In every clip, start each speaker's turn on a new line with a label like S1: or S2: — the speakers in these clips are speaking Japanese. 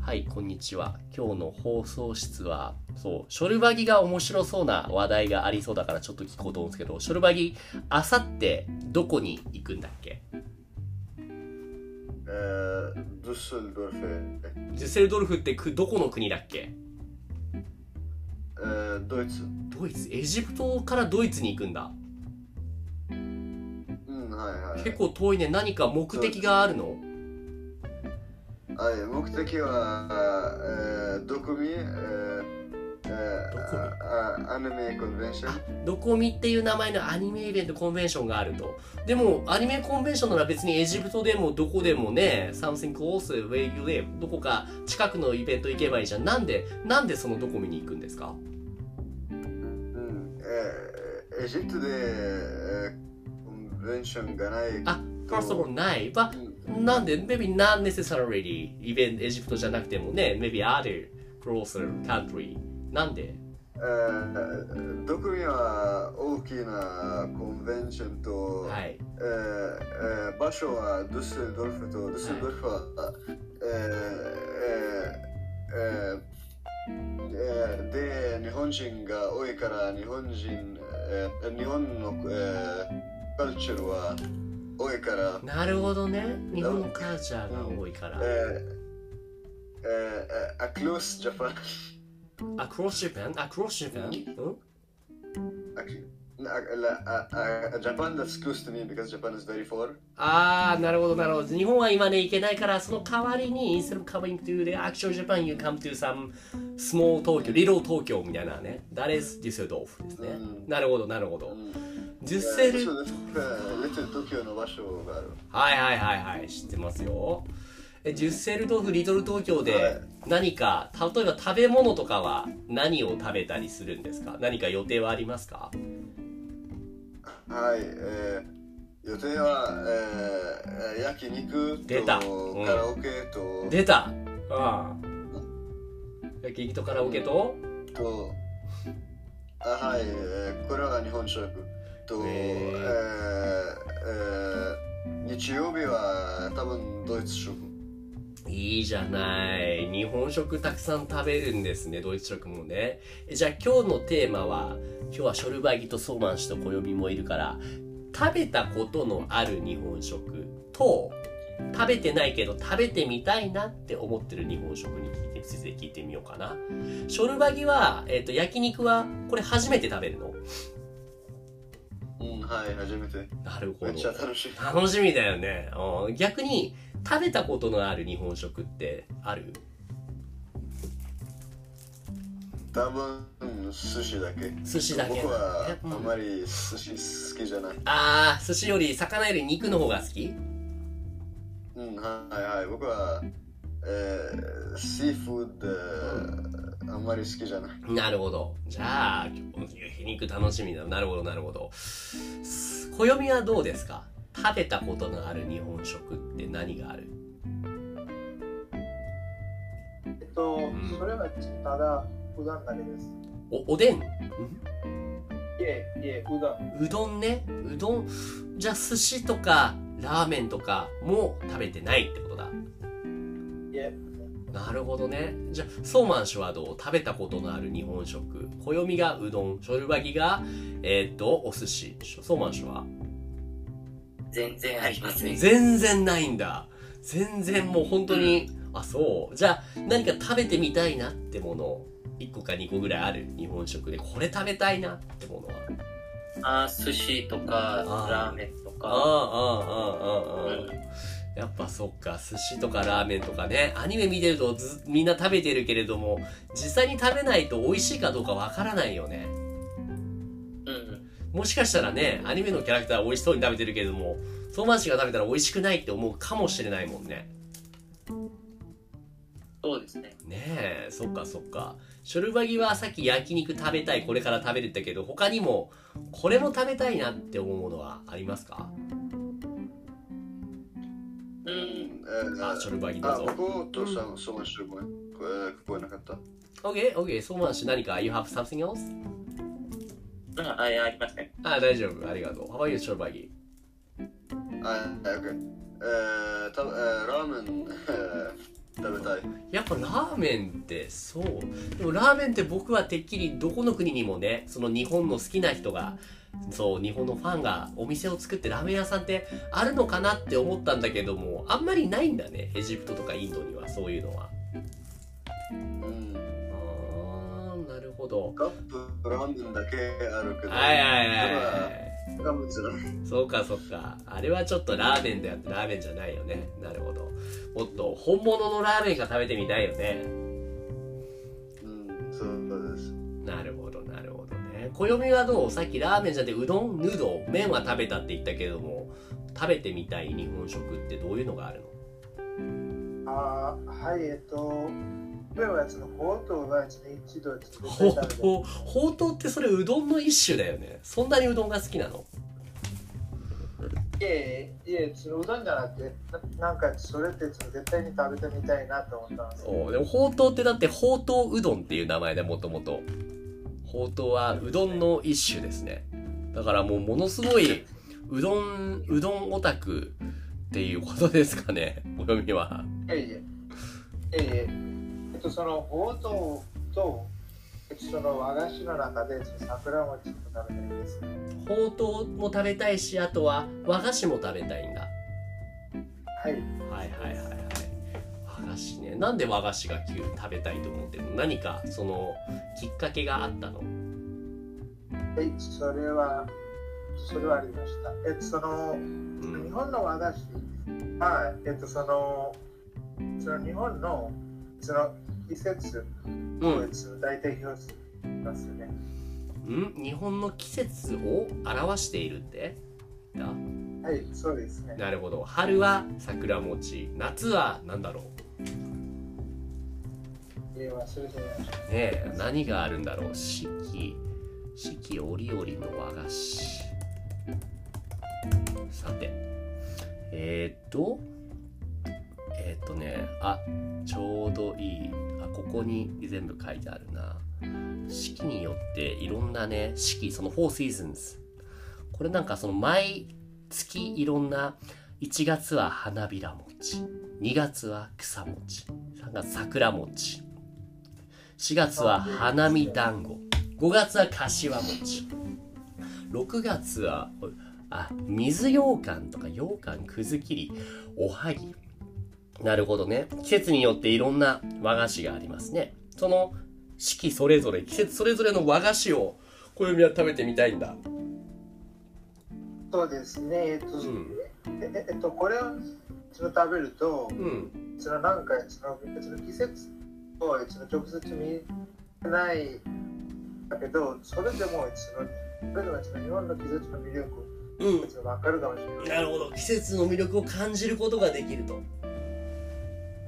S1: はい、こんにちは。今日の放送室は、そう、ショルバギが面白そうな話題がありそうだからちょっと聞こうと思うんですけど、ショルバギ、あさってどこに行くんだっけ
S2: آه، دوسلدورف
S1: デュッセルドルフってくどこの国だっけ
S2: آه، دويتس
S1: ドイツ、エジプトからドイツに行くんだ。
S2: うんはいはい
S1: 結構遠いね。何か目的があるの
S2: はい目的は、えー、ドコミ、えーえー
S1: ドコミ
S2: ああアニメコンベンション
S1: ドコミっていう名前のアニメイベントコンベンションがあると。でも、アニメコンベンションなら別にエジプトでもどこでもね、something close where you live どこか近くのイベント行けばいいじゃん。なんで、なんでそのドコミに行くんですか
S2: うんえー、エジプトで、えー、コンベンションがない
S1: あ、first of all ない。But
S2: うん
S1: なんで、maybe not necessarily イベント、エジプトじゃなくてもね、maybe other closer country。なんで
S2: えー、ドコミは大きなコンベンションと、
S1: はい。
S2: えーえー場所はドゥッセルドルフとドゥッセルドルフは、え e, ーえーえーえーで日本人が多いから日本人、えー日本の、えーカルチャーは多いから、
S1: なるほどね。日本のカルチャーが多いから
S2: えー。えー、アクロスジャパン
S1: across Japan? across Japan? うん
S2: Japan that's close to me because Japan is very far.
S1: あー、なるほど、なるほど。日本は今ね、行けないから、その代わりに、instead of coming to the actual Japan, you come to some small Tokyo, little Tokyo みたいなね。That is Düsseldorf ですね。
S2: うん
S1: なるほど、なるほど。デュ
S2: e,
S1: ッセル、
S2: Little Tokyo の場所がある。
S1: はいはいはいはい、知ってますよ。え、デュッセルドーフ、リトル東京
S2: は
S1: で
S2: い
S1: 何か、例えば食べ物とかは何を食べたりするんですか何か予定はありますか
S2: はい、えー、予定は、えー、焼肉と
S1: 出たうん
S2: カラオケと、
S1: 出たああ。焼肉とカラオケと、
S2: とあはい、えー、これは日本食と、
S1: へ
S2: え
S1: ー
S2: ーえー日曜日は多分ドイツ食。
S1: いいじゃない。日本食たくさん食べるんですね、ドイツ食もね。えじゃあ今日のテーマは、今日はショルバギとソーマン氏と小呼びもいるから、食べたことのある日本食と、食べてないけど食べてみたいなって思ってる日本食に聞いて、ついて聞いてみようかな。ショルバギは、えっ、と、焼肉は、これ初めて食べるの
S2: うん、はい、初めて。
S1: なるほ
S2: め
S1: ど
S2: っ。ちゃ楽しい。
S1: 楽しみだよね。うん逆に、食べたことのある日本食ってある
S2: 多分寿司だけ。
S1: 寿司だけ
S2: 僕は
S1: うん
S2: あまり寿司好きじゃない。
S1: あー寿司より魚より肉の方が好き
S2: うん、はいはい。僕は、えー、シーフード、えーあんまり好きじゃない。
S1: なるほどじゃあ今日の牛肉楽しみだなるほどなるほど暦はどうですか食べたことのある日本食って何がある
S3: えっと
S1: ん、
S3: それはただ、うどんだけです。
S1: おおでん
S3: いえ、いえ、うどん。
S1: うどんねうどんじゃあ寿司とかラーメンとかも食べてないってことだ
S3: いえ、
S1: なるほどねじゃあソーマン氏はどう食べたことのある日本食暦がうどんショルバギがえーっとお寿司ソーマン氏は
S4: 全然ありますね。
S1: 全然ないんだ全然もう本当に、あそうじゃあ何か食べてみたいなってもの1個か2個ぐらいある日本食でこれ食べたいなってものは
S4: あー寿司とか
S1: あー
S4: ラーメンと
S1: あ
S4: か。
S1: ああああああ
S4: うん
S1: やっぱそっか寿司とかラーメンとかねアニメ見てるとずみんな食べてるけれども実際に食べないと美味しいかどうかわからないよね
S4: うん。
S1: もしかしたらねアニメのキャラクターは美味しそうに食べてるけれどもソーマン氏が食べたら美味しくないって思うかもしれないもんね
S4: そうですね。
S1: ねえそっかそっかショルバギはさっき焼肉食べたいこれから食べるって言ったけど他にもこれも食べたいなって思うものはありますか
S4: う。
S2: うんえー
S1: あショルバギどう
S2: あ、
S1: ぞ
S2: 僕お父さん、その人ごめん。こえー聞こえなかった。
S1: OKOK、OK そうなんし何か You have something else?
S4: うん、あれありません。
S1: あ大丈夫ありがとう How about you ショルバギ
S2: はい、はい、OK。えー、たえー、ラーメン、えー 食べたい
S1: やっぱラーメンってそうでもラーメンって僕はてっきりどこの国にもねその日本の好きな人がそう日本のファンがお店を作ってラーメン屋さんってあるのかなって思ったんだけどもあんまりないんだねエジプトとかインドにはそういうのは
S2: うん
S1: あーなるほど
S2: カップラーメンだけあるけど
S1: はいはいはいはい
S2: それはラーメンじゃない
S1: そうかそうかあれはちょっとラーメンであってラーメンじゃないよねなるほどもっと本物のラーメンが食べてみたいよね
S2: うんそうです
S1: なるほどなるほどね暦はどうさっきラーメンじゃなくてうどんヌードル麺は食べたって言ったけれども食べてみたい日本食ってどういうのがあるの
S3: あーはい、えっと、例えばそのほうとうが一年一度作って
S1: ほう
S3: たので
S1: とうほうとうってそれうどんの一種だよねそんなにうどんが好きなの
S3: いえいえ、そのうどんじゃなくて、ななんかそれってその絶対に食べてみたいなと思ったんですよ。
S1: そうでもほうとうってだってほうとううどんっていう名前でもともとほうとうはうどんの一種ですねだからもうものすごいうどんうどんオタクっていうことですかねお読みはい
S3: えいえ、いえいえ、えっと、そのほうとうと、えっと、その和菓子の中でその桜餅も食べてるんです。
S1: ほうとうも食べたいしあとは和菓子も食べたいんだ
S3: はい。
S1: はいはいはいはい和菓子ねなんで和菓子が急に食べたいと思ってるの何かそのきっかけがあったの
S3: はい、それは、それはありました。えっと、その、
S1: う
S3: 日
S1: ん
S3: 本の和菓子は、えっと、その、その日本の、その季節
S1: う
S3: を、
S1: ん、
S3: その大体表しますよね。
S1: うん、日本の季節を表しているってだ
S3: はい、そうですね。
S1: なるほど春は桜餅夏は何だろ
S3: えー、忘れてました。
S1: うねえ何があるんだろう四季四季折々の和菓子さてえー、っとえー、っとねあちょうどいいあここに全部書いてあるな四季によっていろんなね四季その4 seasons これなんかその毎月いろんな1月は花びら餅2月は草餅3月桜餅4月は花見団子5月は柏餅6月はあ水羊羹とか羊羹くずきりおはぎなるほどね季節によっていろんな和菓子がありますねその四季それぞれ季節それぞれの和菓子を暦は食べてみたいんだ
S3: そうですね。えっと、
S1: うん
S3: えええっと、これをその食べると、
S1: うん
S3: そのなんかそのその季節をその直接見えないだけど、それでもそのそれでもその日本の季節の魅力
S1: うん
S3: その分かるかもしれない。
S1: なるほど季節の魅力を感じることができると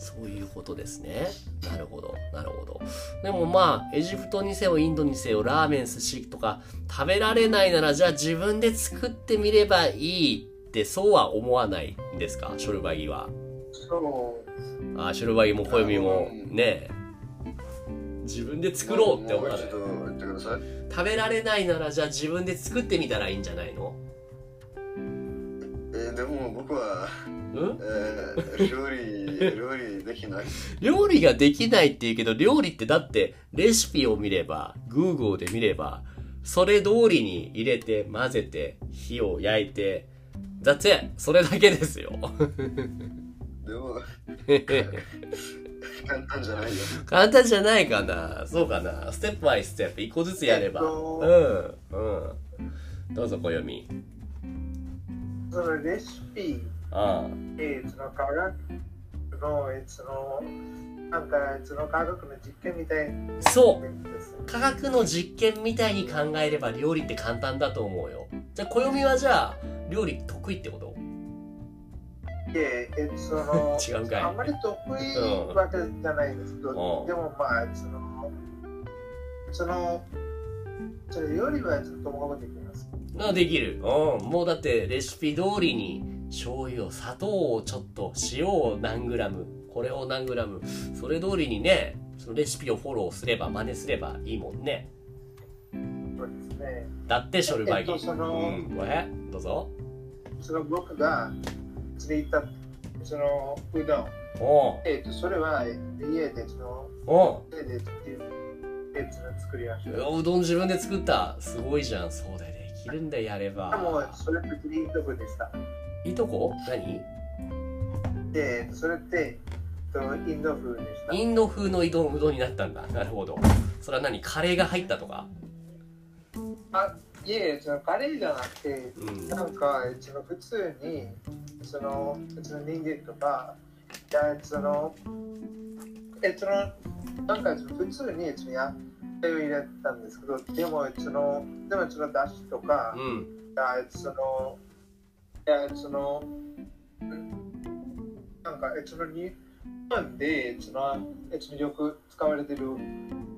S1: そういうことですねなるほどなるほどでもまあエジプトにせよインドにせよラーメン寿司とか食べられないならじゃあ自分で作ってみればいいってそうは思わないんですかショルバギは
S3: そう
S1: あショルバギも小指もねえ自分で作ろうって思わ
S2: も
S1: な
S2: う
S1: い
S2: 一度言ってください
S1: 食べられないならじゃあ自分で作ってみたらいいんじゃないの
S2: えーでも僕は、
S1: うん
S2: えー、料理料理できない
S1: 料理ができないって言うけど、料理ってだって、レシピを見れば、Google で見れば、それ通りに入れて、混ぜて、火を焼いて、that's it! それだけですよ。
S2: で も簡単じゃないよ
S1: 簡単じゃないかなそうかなステップバイステップ、一個ずつやれば。
S3: えっ
S1: うん、うん。どうぞ、小読み。
S3: そのレシピ
S1: あ
S3: えーその科学のえーそのなんかその科学の実験みたいな
S1: あ。そう
S3: です
S1: 科学の実験みたいに考えれば料理って簡単だと思うよ。じゃあ、小読みはじゃあ、料理得意ってこと
S3: でえーそ の
S1: 違うんかい
S3: あんまり得意わけじゃないですけど、
S1: うん
S3: でもまあそのそのそれよりはちょっともかくできます
S1: あできる、うん、もうだってレシピ通りに醤油を砂糖をちょっと塩を何グラムこれを何グラムそれ通りにねそのレシピをフォローすれば真似すればいいもんね
S3: そうですね
S1: だってショルバギ、
S3: えっとその
S1: うんごめんどうぞ
S3: その僕が連れ行ったそのうどん
S1: おう
S3: えっと、それは家で、その、
S1: お
S3: 家でっていう、えっと、作りました。
S1: ううどん自分で作ったすごいじゃんそうだよできるんだよやれ
S3: でも
S1: ば、
S3: それっていいとこでした。
S1: いとこ何
S3: で、えっと、それって、えっと、インド風でした。
S1: インド風のうどんうどんになったんだなるほどそれは何カレーが入ったとか
S3: いえ、そのカレーじゃなくて、
S1: うん
S3: なんか、その普通に、その、普通の人間とか、いや、その、え、その、なんか、普通に、その、や、手を入れたんですけど、でも、その、でも、その、だしとか、
S1: うん
S3: いや、その、いや、その、なんか、え、その、日本で、その、え、その、よく使われてる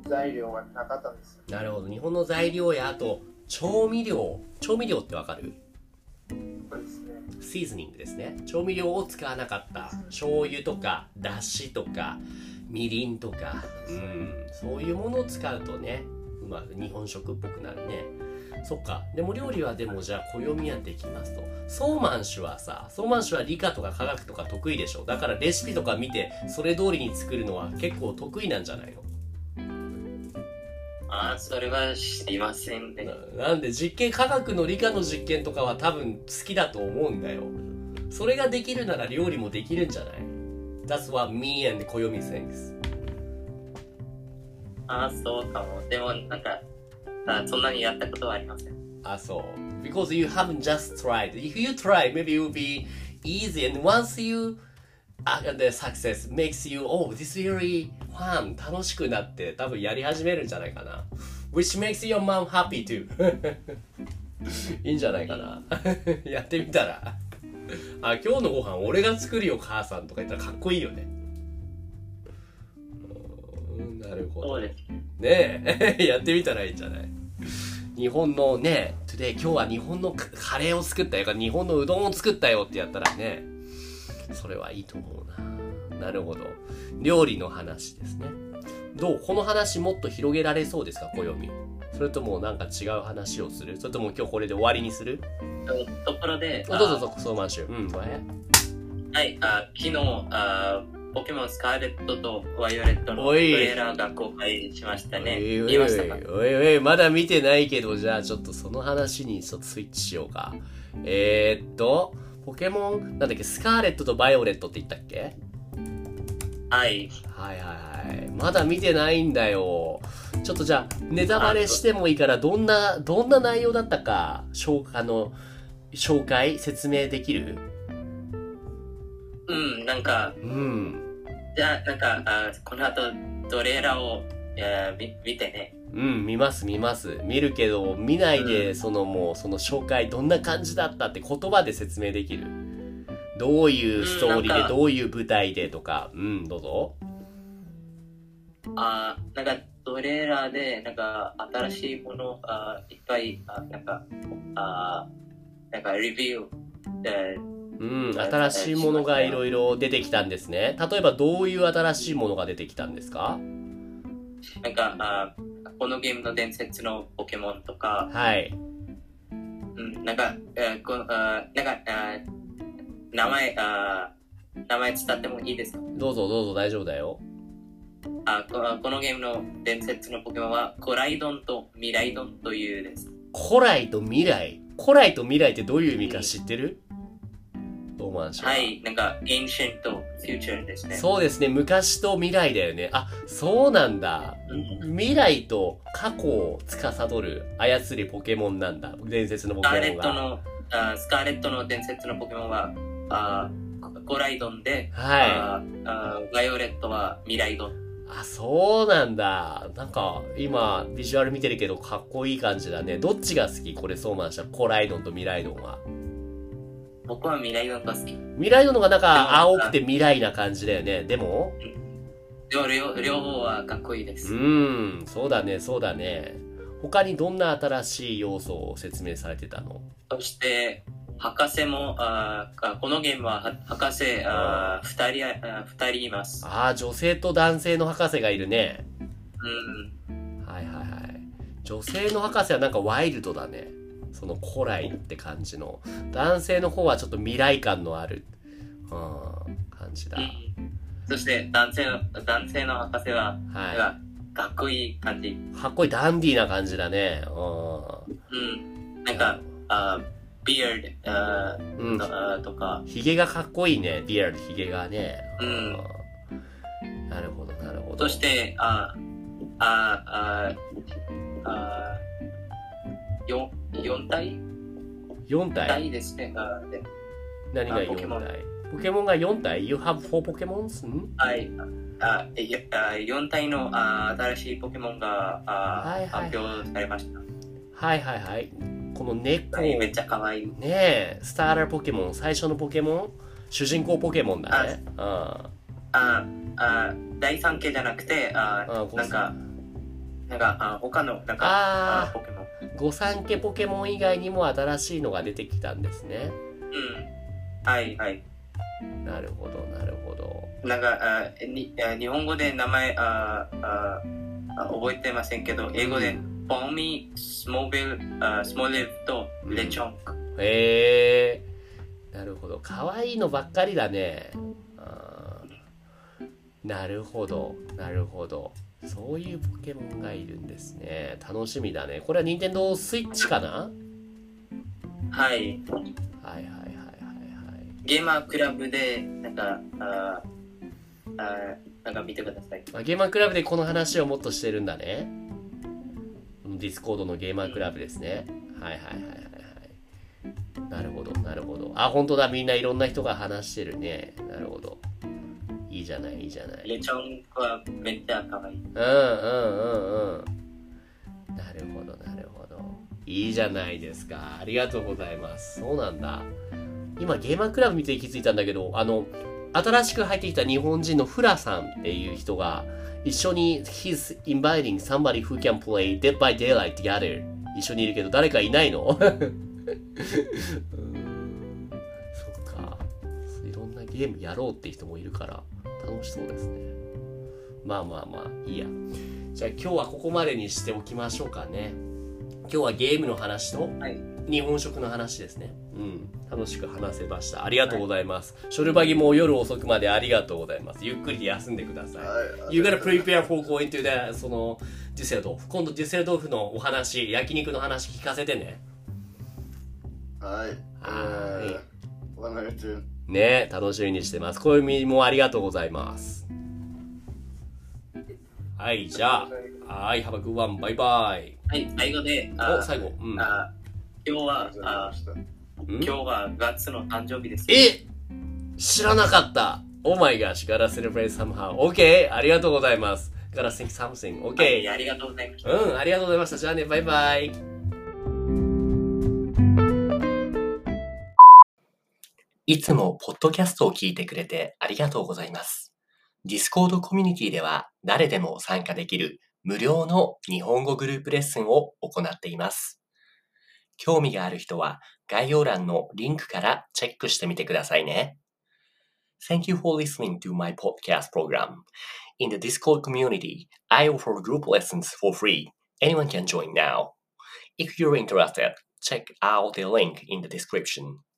S3: 材料がなかったんですよ。
S1: なるほど日本の材料やあと調味料調味料ってわかる
S3: そうですね。
S1: シーズニングですね調味料を使わなかった醤油とかだしとかみりんとか、うん、そういうものを使うとねうまく日本食っぽくなるねそっかでも料理はでもじゃあ暦はできますとソーマン氏はさソーマン氏は理科とか科学とか得意でしょだからレシピとか見てそれ通りに作るのは結構得意なんじゃないの
S4: ああ、それは知りませんね。
S1: ななんで実験科学の理科の実験とかは多分好きだと思うんだよそれができるなら料理もできるんじゃない That's what me and Koyomi thinks
S4: ああ、そうかも。でも、なんか、あそんなにやったことはありません。
S1: あそう Because you haven't just tried If you try maybe it will be easy and once you uh, the success makes you oh this is really fun 楽しくなって多分やり始めるんじゃないかな Which makes your mom happy too いいんじゃないかな やってみたらあ今日のご飯俺が作るよ母さんとか言ったらかっこいいよねうんなるほど
S4: そうです。
S1: ねえ やってみたらいいんじゃない日本のね、トゥデイ今日は日本のカカレーを作ったよ日本のうどんを作ったよってやったらね、それはいいと思うな。なるほど。料理の話ですね。どうこの話もっと広げられそうですか、暦。それともなんか違う話をするそれとも今日これで終わりにする
S4: ところで、
S1: あどうぞどうぞ、ソーマンシュ。うん、わえ
S4: はい、あ昨日あ、ポケモンスカーレットとワイオレットの
S1: お
S4: ト
S1: い
S4: レーラーが公開しましたね。
S1: おいお
S4: 見
S1: いお
S4: ま
S1: い
S4: したか
S1: おいおいまだ見てないけどじゃあちょっとその話にちょっとスイッチしようかえー、っとポケモンなんだっけスカーレットとバイオレットって言ったっけ
S4: はい。
S1: はいはいはいまだ見てないんだよちょっとじゃあネタバレしてもいいからどんなどんな内容だったか紹介あの紹介説明できる
S4: うん、なんか、
S1: うん
S4: じゃあ、なんか、あこの後、トレーラーを、えーみ見てね。
S1: うん見ます見ます見るけど見ないでそのもうその紹介どんな感じだったって言葉で説明できるどういうストーリ
S4: う
S1: ー
S4: んな
S1: で
S4: んか
S1: どういう舞台でとかうんどうぞ
S4: あなんか、トレーラーで、なんか、新しいものあいっぱい、あなんか、あなんか、レビュー、えー
S1: うん新しいものがいろいろ出てきたんですね例えばどういう新しいものが出てきたんですか
S4: なんかあ、このゲームの伝説のポケモンとか、
S1: はい
S4: うんなんか、えーこのあーなんか、あー名前、あー名前伝ってもいいですか
S1: どうぞどうぞ大丈夫だよ
S4: あーこあーこのゲームの伝説のポケモンは、コライドンとミライドンというです。
S1: 古来と未来古来と未来ってどういう意味か知ってるローマンシ
S4: は、い、なんか、エンシェント、フューチャーですね。
S1: そうですね昔と未来だよねあそうなんだ
S4: うん
S1: 未来と過去を司る操るポケモンなんだ伝説のポ
S4: スカーレ
S1: ケモン
S4: ット
S1: が
S4: の、あースカーレットの伝説のポケモンは、あーコライドンで、
S1: はい
S4: あーあーバイオレットはミライドン。
S1: あそうなんだなんか今ビジュアル見てるけどかっこいい感じだねどっちが好きこれそうなんした古来ドンと未来ドンは
S4: 僕はミライドンが好き。
S1: 未来ドンの方がなんか青くて未来な感じだよねでも
S4: 両両両方はかっこいいで
S1: う
S4: す。
S1: ーんそうだねそうだね他にどんな新しい要素を説明されてたの
S4: そして、博士も、あーあこのゲームはは博士あー二人あー二人います。
S1: ああ女性と男性の博士がいるね
S4: うん、
S1: はいはいはい女性の博士はなんかワイルドだねその古来って感じの男性の方はちょっと未来感のあるうん感じだ
S4: うんそして男性の、男性の博士は、
S1: は
S4: がかっこいい感じ。
S1: い。かっこいいダンディーな感じだね。う
S4: うん。なんか、あビアードあ
S1: ん。うん。
S4: あとか、
S1: ひげがかっこいいね。リアルひげがね。
S4: うん
S1: うん。なるほど、なるほど。
S4: そし、て、ああああ四四体
S1: 4体。
S4: 体ですね。あで
S1: 何が
S4: あポケモン
S1: 4体ポケモンが4体 ?You have four Pokemons? ん
S4: はい。あえよあ四体のあ新しいポケモンがあ、
S1: はいはい
S4: 発表されました。
S1: はいはいはい。この猫。
S4: はいめっ
S1: ね
S4: ちゃ可愛い。
S1: え、スターラーポケモン、最初のポケモン主人公ポケモンだね。う
S4: ああ第三系じゃなくて、あ
S1: あご
S4: なんか、なんかあ他の、なんか、
S1: あー
S4: ポケモン。
S1: ん。御三家ポケモン以外にも新しいのが出てきたんですね。
S4: うん。はいはい。
S1: なるほど、なるほど。
S4: なんか、あにあ日本語で名前あああ覚えてませんけど、英語で、ポーミー、スモーベル、あスモーレブとレチョンク。
S1: へえなるほど可愛いのばっかりだねあーなるほどなるほどそういうポケモンがいるんですね楽しみだねこれは任天堂スイッチかなは
S4: はい。
S1: いはいはいはい
S4: ゲーマークラブで、なんか、ああなんか見てください。
S1: はいあゲーマークラブでこの話をもっとしてるんだねうんディスコードのゲーマークラブですねはいはいはいはいはいなるほどなるほどあ本当だみんないろんな人が話してるねなるほどいいじゃないいいじゃない
S4: レチョンクはめっちゃ可愛い。
S1: うんうんうんうんなるほどなるほどいいじゃないですかありがとうございますそうなんだ今ゲーマークラブ見て気づいたんだけどあの新しく入ってきた日本人のフラさんっていう人が一緒に He's inviting somebody who can play Dead by Daylight together 一緒にいるけど誰かいないのうーんそっかいろんなゲームやろうって人もいるから楽しそうですねまあまあまあいいやじゃあ今日はここまでにしておきましょうかね今日はゲームの話と
S4: はい
S1: 日本食の話ですねうん楽しく話せましたありがとうございます、ショルバギも夜遅くまでありがとうございますゆっくり休んでください、
S2: はい
S1: You gotta prepare for going to the そのデュッセルドーフ今度デュッセルドーフのお話焼肉の話聞かせてね
S2: はい。
S1: は
S2: えーわかりました
S1: ね楽しみにしてます小みもありがとうございますはいじゃあはいハバグワンバイバイ
S4: はい、最後で、あ
S1: お最後うん
S4: あ今日
S2: あ
S4: は
S2: りがとうござい
S4: あ
S2: ました。
S1: うん
S4: 今日はガッツの誕生日です。
S1: え知らなかった !Oh my gosh, gotta celebrate somehow.OK! ありがとうございます。gotta think
S4: は
S1: something.OK!
S4: い、ありがとうございました。
S1: うん、ありがとうございました。じゃあね、バイバイ。
S5: いつもポッドキャストを聞いてくれてありがとうございます。Discord コミュニティでは誰でも参加できる無料の日本語グループレッスンを行っています。興味がある人は概要欄のリンクからチェックしてみてくださいね。Thank you for listening to my podcast program. In the Discord community, I offer group lessons for free. Anyone can join now. If you're interested, check out the link in the description.